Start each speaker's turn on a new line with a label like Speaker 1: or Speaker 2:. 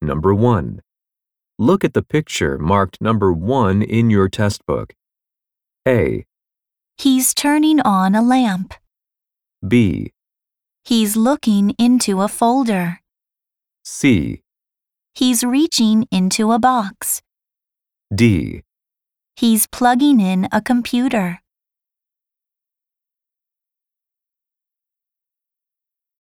Speaker 1: Number 1. Look at the picture marked number 1 in your test book. A,
Speaker 2: He's turning on a lamp.
Speaker 1: B,
Speaker 2: He's looking into a folder.
Speaker 1: C,
Speaker 2: He's reaching into a box.
Speaker 1: D.
Speaker 2: He's plugging in a computer.